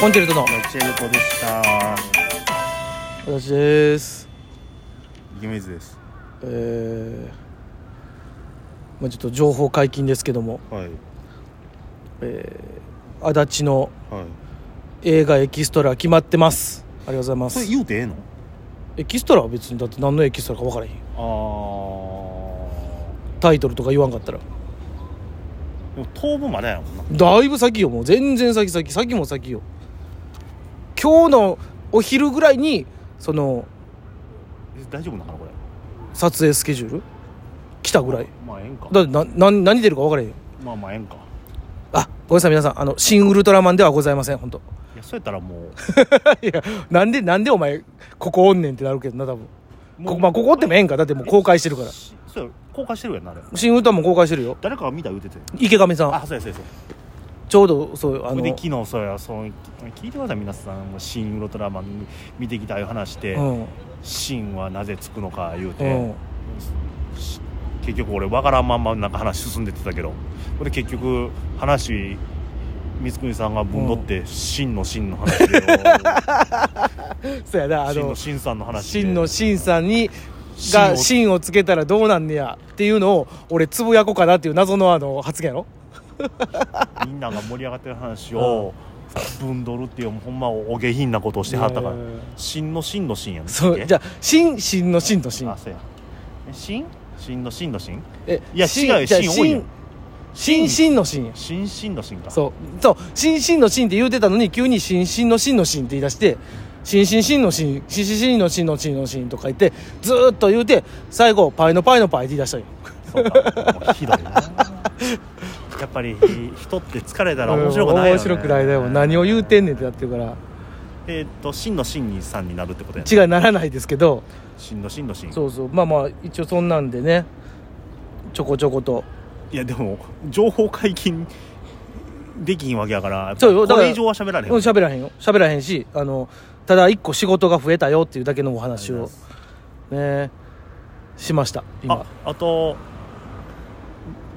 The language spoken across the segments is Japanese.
コンチェルトのチェルトでした私です夢ズですえー、まあちょっと情報解禁ですけどもはい足立のはい映画エキストラ決まってますありがとうござそれいます言うてええのエキストラは別にだって何のエキストラか分からへんあタイトルとか言わんかったらあでも当分までやもんなだいぶ先よもう全然先先先も先よ今日のお昼ぐらいにそのえ大丈夫なのかなこれ撮影スケジュール来たぐらいまあええんかだってなな何出るか分からへんよまあまあええんかあごめんなさい皆さんあの「シン・ウルトラマン」ではございません本当いやそうやったらもいやなんでなんでお前ここおんねんってなるけどな多分う もこうこ,、まあ、ここおってもええんかだってもう公開してるからしそうや公開してるやんなあれ「シン・ウルトラマン」公開してるよ誰かが見た言うてて池上さんあそうやそうやそうちょうどそうあやので昨日そうやそう聞いてください皆さんもう新ウルトラマン見てきたああいう話して、うんシンはなぜつくのか言うて、うんし結局俺わからんまんまなんか話進んでってたけど俺結局話光圀さんがぶんどって真の真の話でそうやな あ真のの真さんの話で真の真さんに真をが真をつけたらどうなんねやっていうのを俺つぶやこうかなっていう謎のあの発言やろみんなが盛り上がってる話をぶんどるっていうほんまお下品なことをしてはったからいやいやいや真の真の真やねそうじゃあ真真の真と真あそうやえ真真の真の真えいや真違うよじゃあ真多いよ真真真の真や真真の真かそうそう真真の真って言うてたのに急に真真の真の真って言い出して真真真の真真真真の真の真の真とか言ってずーっと言うて最後パイのパイのパイって言い出したんよそうかもうひどいなやっぱり人って疲れたら面白くないよ、ね、面白くないだよ何を言うてんねんってなってるからえーっと真の真にさんになるってことやね違いならないですけど真の真の真そうそうまあまあ一応そんなんでねちょこちょこといやでも情報解禁できひんわけやからそうよこだかられ以上は喋られへんうん喋らへんよ喋らへんしあのただ一個仕事が増えたよっていうだけのお話をねしましたあ今あと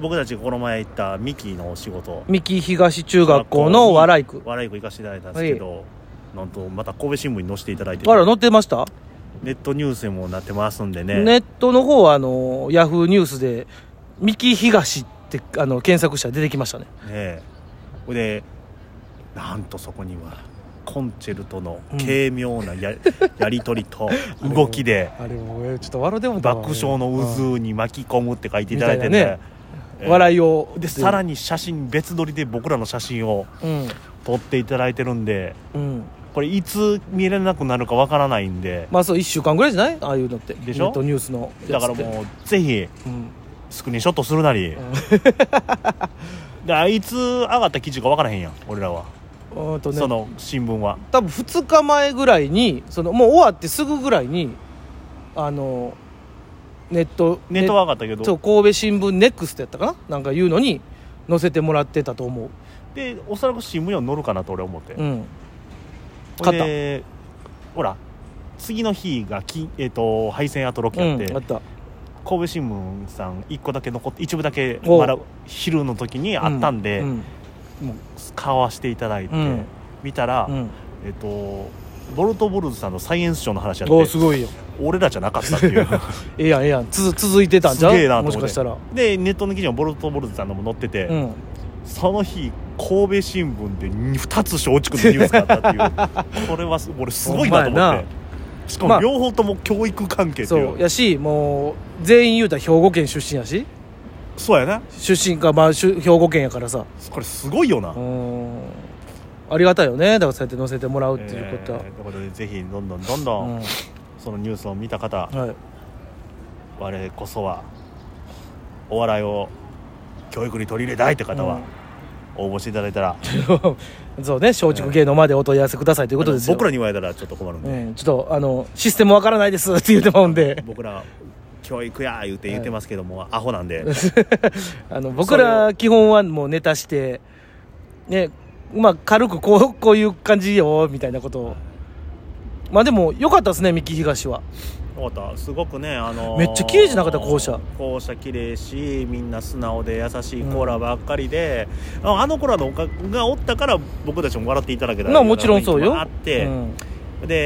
僕たちこの前行ったミキのお仕事三木東中学校の笑い区笑い区行かせていただいたんですけど、なんとまた神戸新聞に載せていただいててあら載ってました、ネットニュースにもなってますんでねネットの方はあのヤフーニュースで三木東ってあの検索したら出てきましたねねほいでなんとそこにはコンチェルトの軽妙 なや,、やり取りと動きであれもえちょっと笑うでも爆笑の渦に巻き込むって書いていただいてみたいなねね笑いをでさらにに写真別撮りで僕らの写真をうん撮っていただいてるんでうんこれいつ見れなくなるかわからないんでまあそう1週間ぐらいじゃないああいうのってでしょネットニュースのやつってだからもうぜひうんスクリーンショットするなり、であいつ上がった記事かわからへんやん俺らは、うんとねその新聞は多分2日前ぐらいにそのもう終わってすぐぐらいにあのネットネットは上がったけどそう神戸新聞ネクストやったかななんかいうのに載せてもらってたと思うでおそらく新聞には載るかなと俺は思って、うんほいでほら次の日がき、えー、と配線アトロケやって、うん、あった神戸新聞さん1個だけ残って一部だけおまだ昼の時にあったんで、うんもう買わしていただいて、うん見たら、うんえっ、とボルト・ボルズさんのサイエンスショーの話やっおーてすごいよ俺らじゃなかったっていう ええやんええやんつづ続いてたんじすげえなゃんと思もしってかしたらでネットの記事にもボルト・ボルズさんのも載ってて、うんその日神戸新聞で 2, つ松竹のニュースがあった っていうこれはす俺すごいなほとんま思っやてしかまもあ両方とも教育関係っていう、そうやしもう全員言うたら兵庫県出身やしそうやな出身かまあしゅ兵庫県やからさこれすごいよな、うーんありがたいよねだからそうやって載せてもらうっていうことは、えーということでぜひどんどんどんどん、そのニュースを見た方うんはい 我こそはお笑いを教育に取り入れたいって方は、応募していただいたらそうね松竹芸能までお問い合わせくださいということですよ僕らに言われたらちょっと困るんで、ええちょっとあのシステムわからないですって言ってまうん で僕ら教育や言うて言ってますけども、アホなん であの僕ら基本はもうネタしてねまあ軽く こうこういう感じよみたいなことをまあでも良かったですね三木東はよかったすごくねあのーめっちゃ綺麗じゃなかった校舎校舎綺麗しみんな素直で優しい子らばっかりで、ああの子らのおかがおったから僕たちも笑っていただけたまあもちろんそうよあって、うん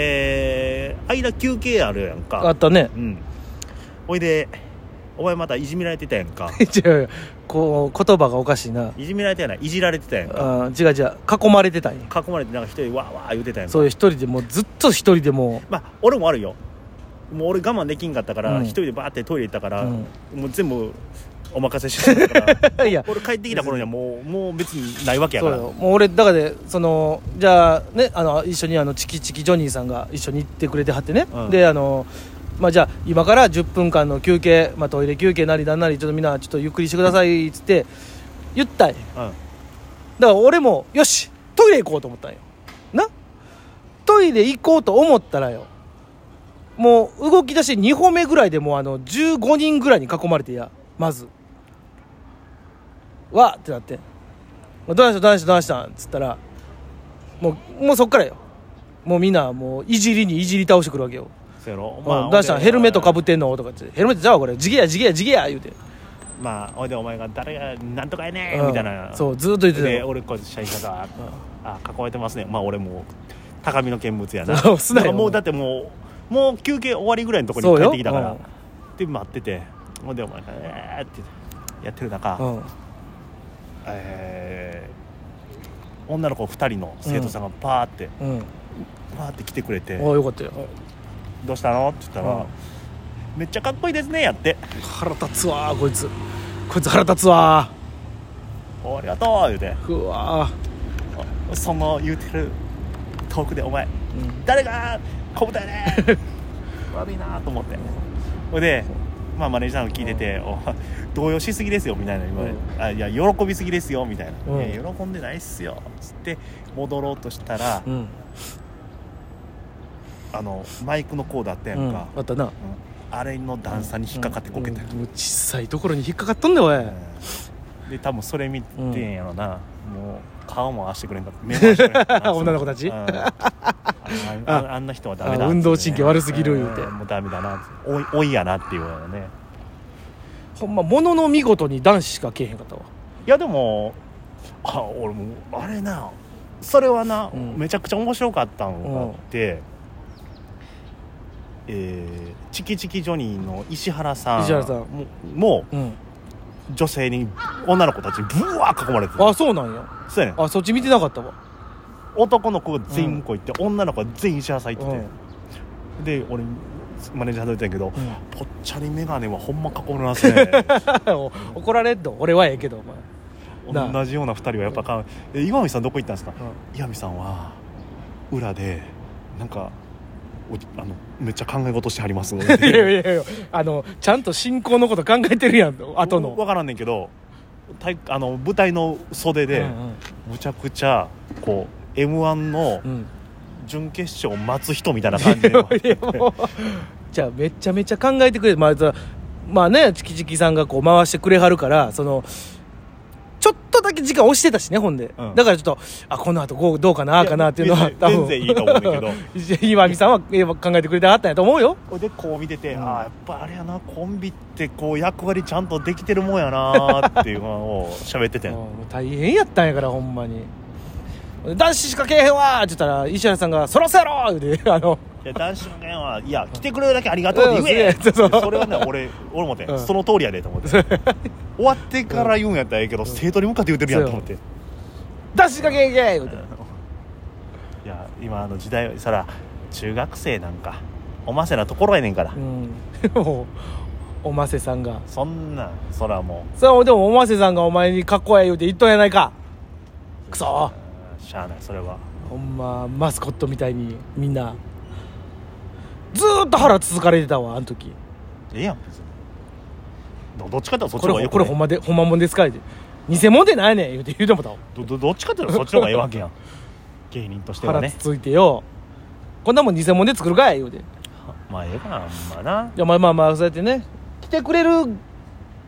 で間休憩あるやんあかったね うんほいでお前またいじめられてたやん か違うよこう言葉がおかしいないじめられてやないいじられてたやんかあー違う違う囲まれてたんよ囲まれてなんか一人わーわー言うてたやんかそういう一人でもうずっと一人でもまあ俺もあるよもう俺我慢できんかったからうん一、人でバーってトイレ行ったから、うんもう全部お任せして たからういや俺帰ってきた頃にはもうもう別にないわけやそかうらよもう俺だからでそのじゃあねあの一緒にあのチキチキジョニーさんが一緒に行ってくれてはってね、うんであのまあじゃあ今から10分間の休憩、まあ、トイレ休憩なりなんなりちょっとみんなちょっとゆっくりしてくださいっつって言ったんようんだから俺もよしトイレ行こうと思ったんよなトイレ行こうと思ったらよもう動き出して2歩目ぐらいでもうあの15人ぐらいに囲まれてやまずわーってなって「どないしたどないしたどないしたん」っつったらもうもうそっからよもうみんなもういじりにいじり倒してくるわけよそうや「ろうんどうしたんヘルメットかぶってんの?」とかって「ヘルメットじゃあこれ地毛や地毛や地毛や」言うて、まあほいでお前が誰がなんとかやねうんんみたいなそうずーっと言ってたでよ俺こうシャイシャイだあ囲われてますねまあ俺も高みの見物やなすなよもうだってもうもう休憩終わりぐらいのとこそうろに帰よってきたかうらんで待っててほんでお前がえーってやってる中、うんえー女の子2人の生徒さんがパーって、うんパーって来てくれあてあよかったよ「どうしたの?」って言ったら、うんめっちゃかっこいいですね」やって腹立つわーこいつこいつ腹立つわ「ありがとう」言うてーうわあその言うてる遠くで「お前ー、誰が小豚やねん 悪いな」と思ってほいで、まあ、マネージャーの聞いてて「お動揺しすぎですよ」みたいな言われてあいや喜びすぎですよ」みたいな「うんいや喜んでないっすよ」つって戻ろうとしたら、うんうんあのマイクのコードあったやんうんかあ、ったなあれの段差に引っかかってこけた、うんもう小さいところに引っかかっとんだよおい、で多分それ見てんやろな、もう顔も合わせてくれん かった目も合わせてくれんかった女の子たちうんあああんな人はダメだあ運動神経悪すぎる言うてんもうダメだなおいおいやなっていうようなねほんまものの見事に男子しかけえへんかったわいやでもあ俺もうあれなそれはな、うんめちゃくちゃ面白かったのがあって、えーチキチキジョニーの石原さん石原さんももうんう女性に女の子たちにブワー囲まれてたあそうなんやそうやねんあそっち見てなかったわ 男の子が全員向こう行って、女の子は全員石原さん行ってうんて、で俺マネージャーに言ったんやけど、んぽっちゃり眼鏡はほんま囲ま れますねお怒られんの俺はええけどお前なあ同じような2人はやっぱかんえ岩見さんどこ行ったんですか、う岩見さんは裏でなんかおあのめっちゃ考え事してはります のいやいでやいやあのちゃんと進行のこと考えてるやん後の分からんねんけど体あの舞台の袖で、うんうんむちゃくちゃこう m 1のうん準決勝を待つ人みたいな 感じでもじゃあめちゃめちゃ考えてくれてまあそら、まあねチキチキさんがこう回してくれはるからそのちょっとだけ時間押してたしねほんで、うんだからちょっとあこの後こうどうかなああかなっていうのは全然全然いいと思 うんだけど今見さんはえ考えてくれてはったんやと思うよでこう見てて、うんああやっぱあれやなコンビってこう役割ちゃんとできてるもんやなーっていうのを喋っててもう大変やったんやからほんまに男子しかけえへんわーって言ったら石原さんが「そらそやろ!」言うてあのいや男子の件はいや来てくれるだけありがとうって言え、うんそうそう それはね俺俺もね、うんその通りやでと思って終わってから言うんやったらええけど、生徒に向かって言うてるやんと思って、男子しかけえへんけー言うていや今あの時代さら中学生なんかおませなところやねんから、うん もうおませさんがそんなんそらもそれはでもおませさんがお前にかっこええ言うて言っとんやないかくそううんしゃあないそれはほんまマスコットみたいにみんなずーっと腹つつかれてたわあの時ええやん別にどどっちかっていうとそっちこれの方がよこくれなほいんまでほんまもんですかいて偽物でないねん言うて言うてもたわどどどっちかっていうとそっちの方がええ わけやん芸人としては腹ねつついてよこんなもん偽物で作るかい言うていまあええかなほんまなやまあまあまあそうやってね来てくれる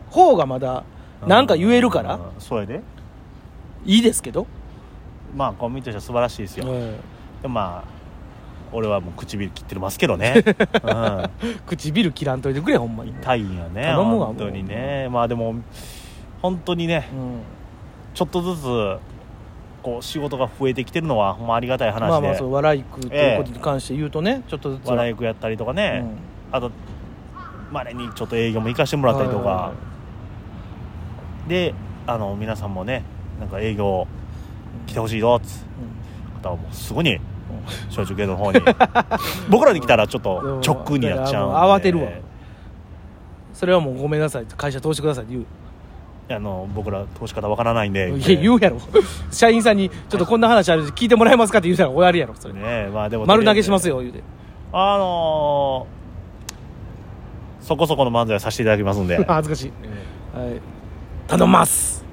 方がまだ なんか言えるからうんそうやでいいですけど、まあコンビとしては素晴らしいですよ、うんでもまあ俺はもう唇切ってますけ どね、うん、唇切らんといてくれほんまに痛いんやね頼むわ本当にねまあでも本当にねうんちょっとずつこう仕事が増えてきてるのはほんまありがたい話で、まあまあそう笑い食うということに関して言うとね、ちょっとずつ笑い役やったりとかね、うんあとまれにちょっと営業も行かしてもらったりとはか、いはいはであの皆さんもねなんか営業来てほしいよっつう方はもうすぐに小中系 の方に僕らに来たらちょっと直空になっちゃいやうんでもう慌てるわそれはもうごめんなさい会社通してくださいって言うあの僕ら投資方わからないんでいや言うやろ 社員さんに「ちょっとこんな話あるし聞いてもらえますか?」って言うたら終わりやろそれ、ねまあでも丸投げしますよよ言うてあのーそこそこの漫才をさせていただきますんで恥ずかしい、はい、頼んます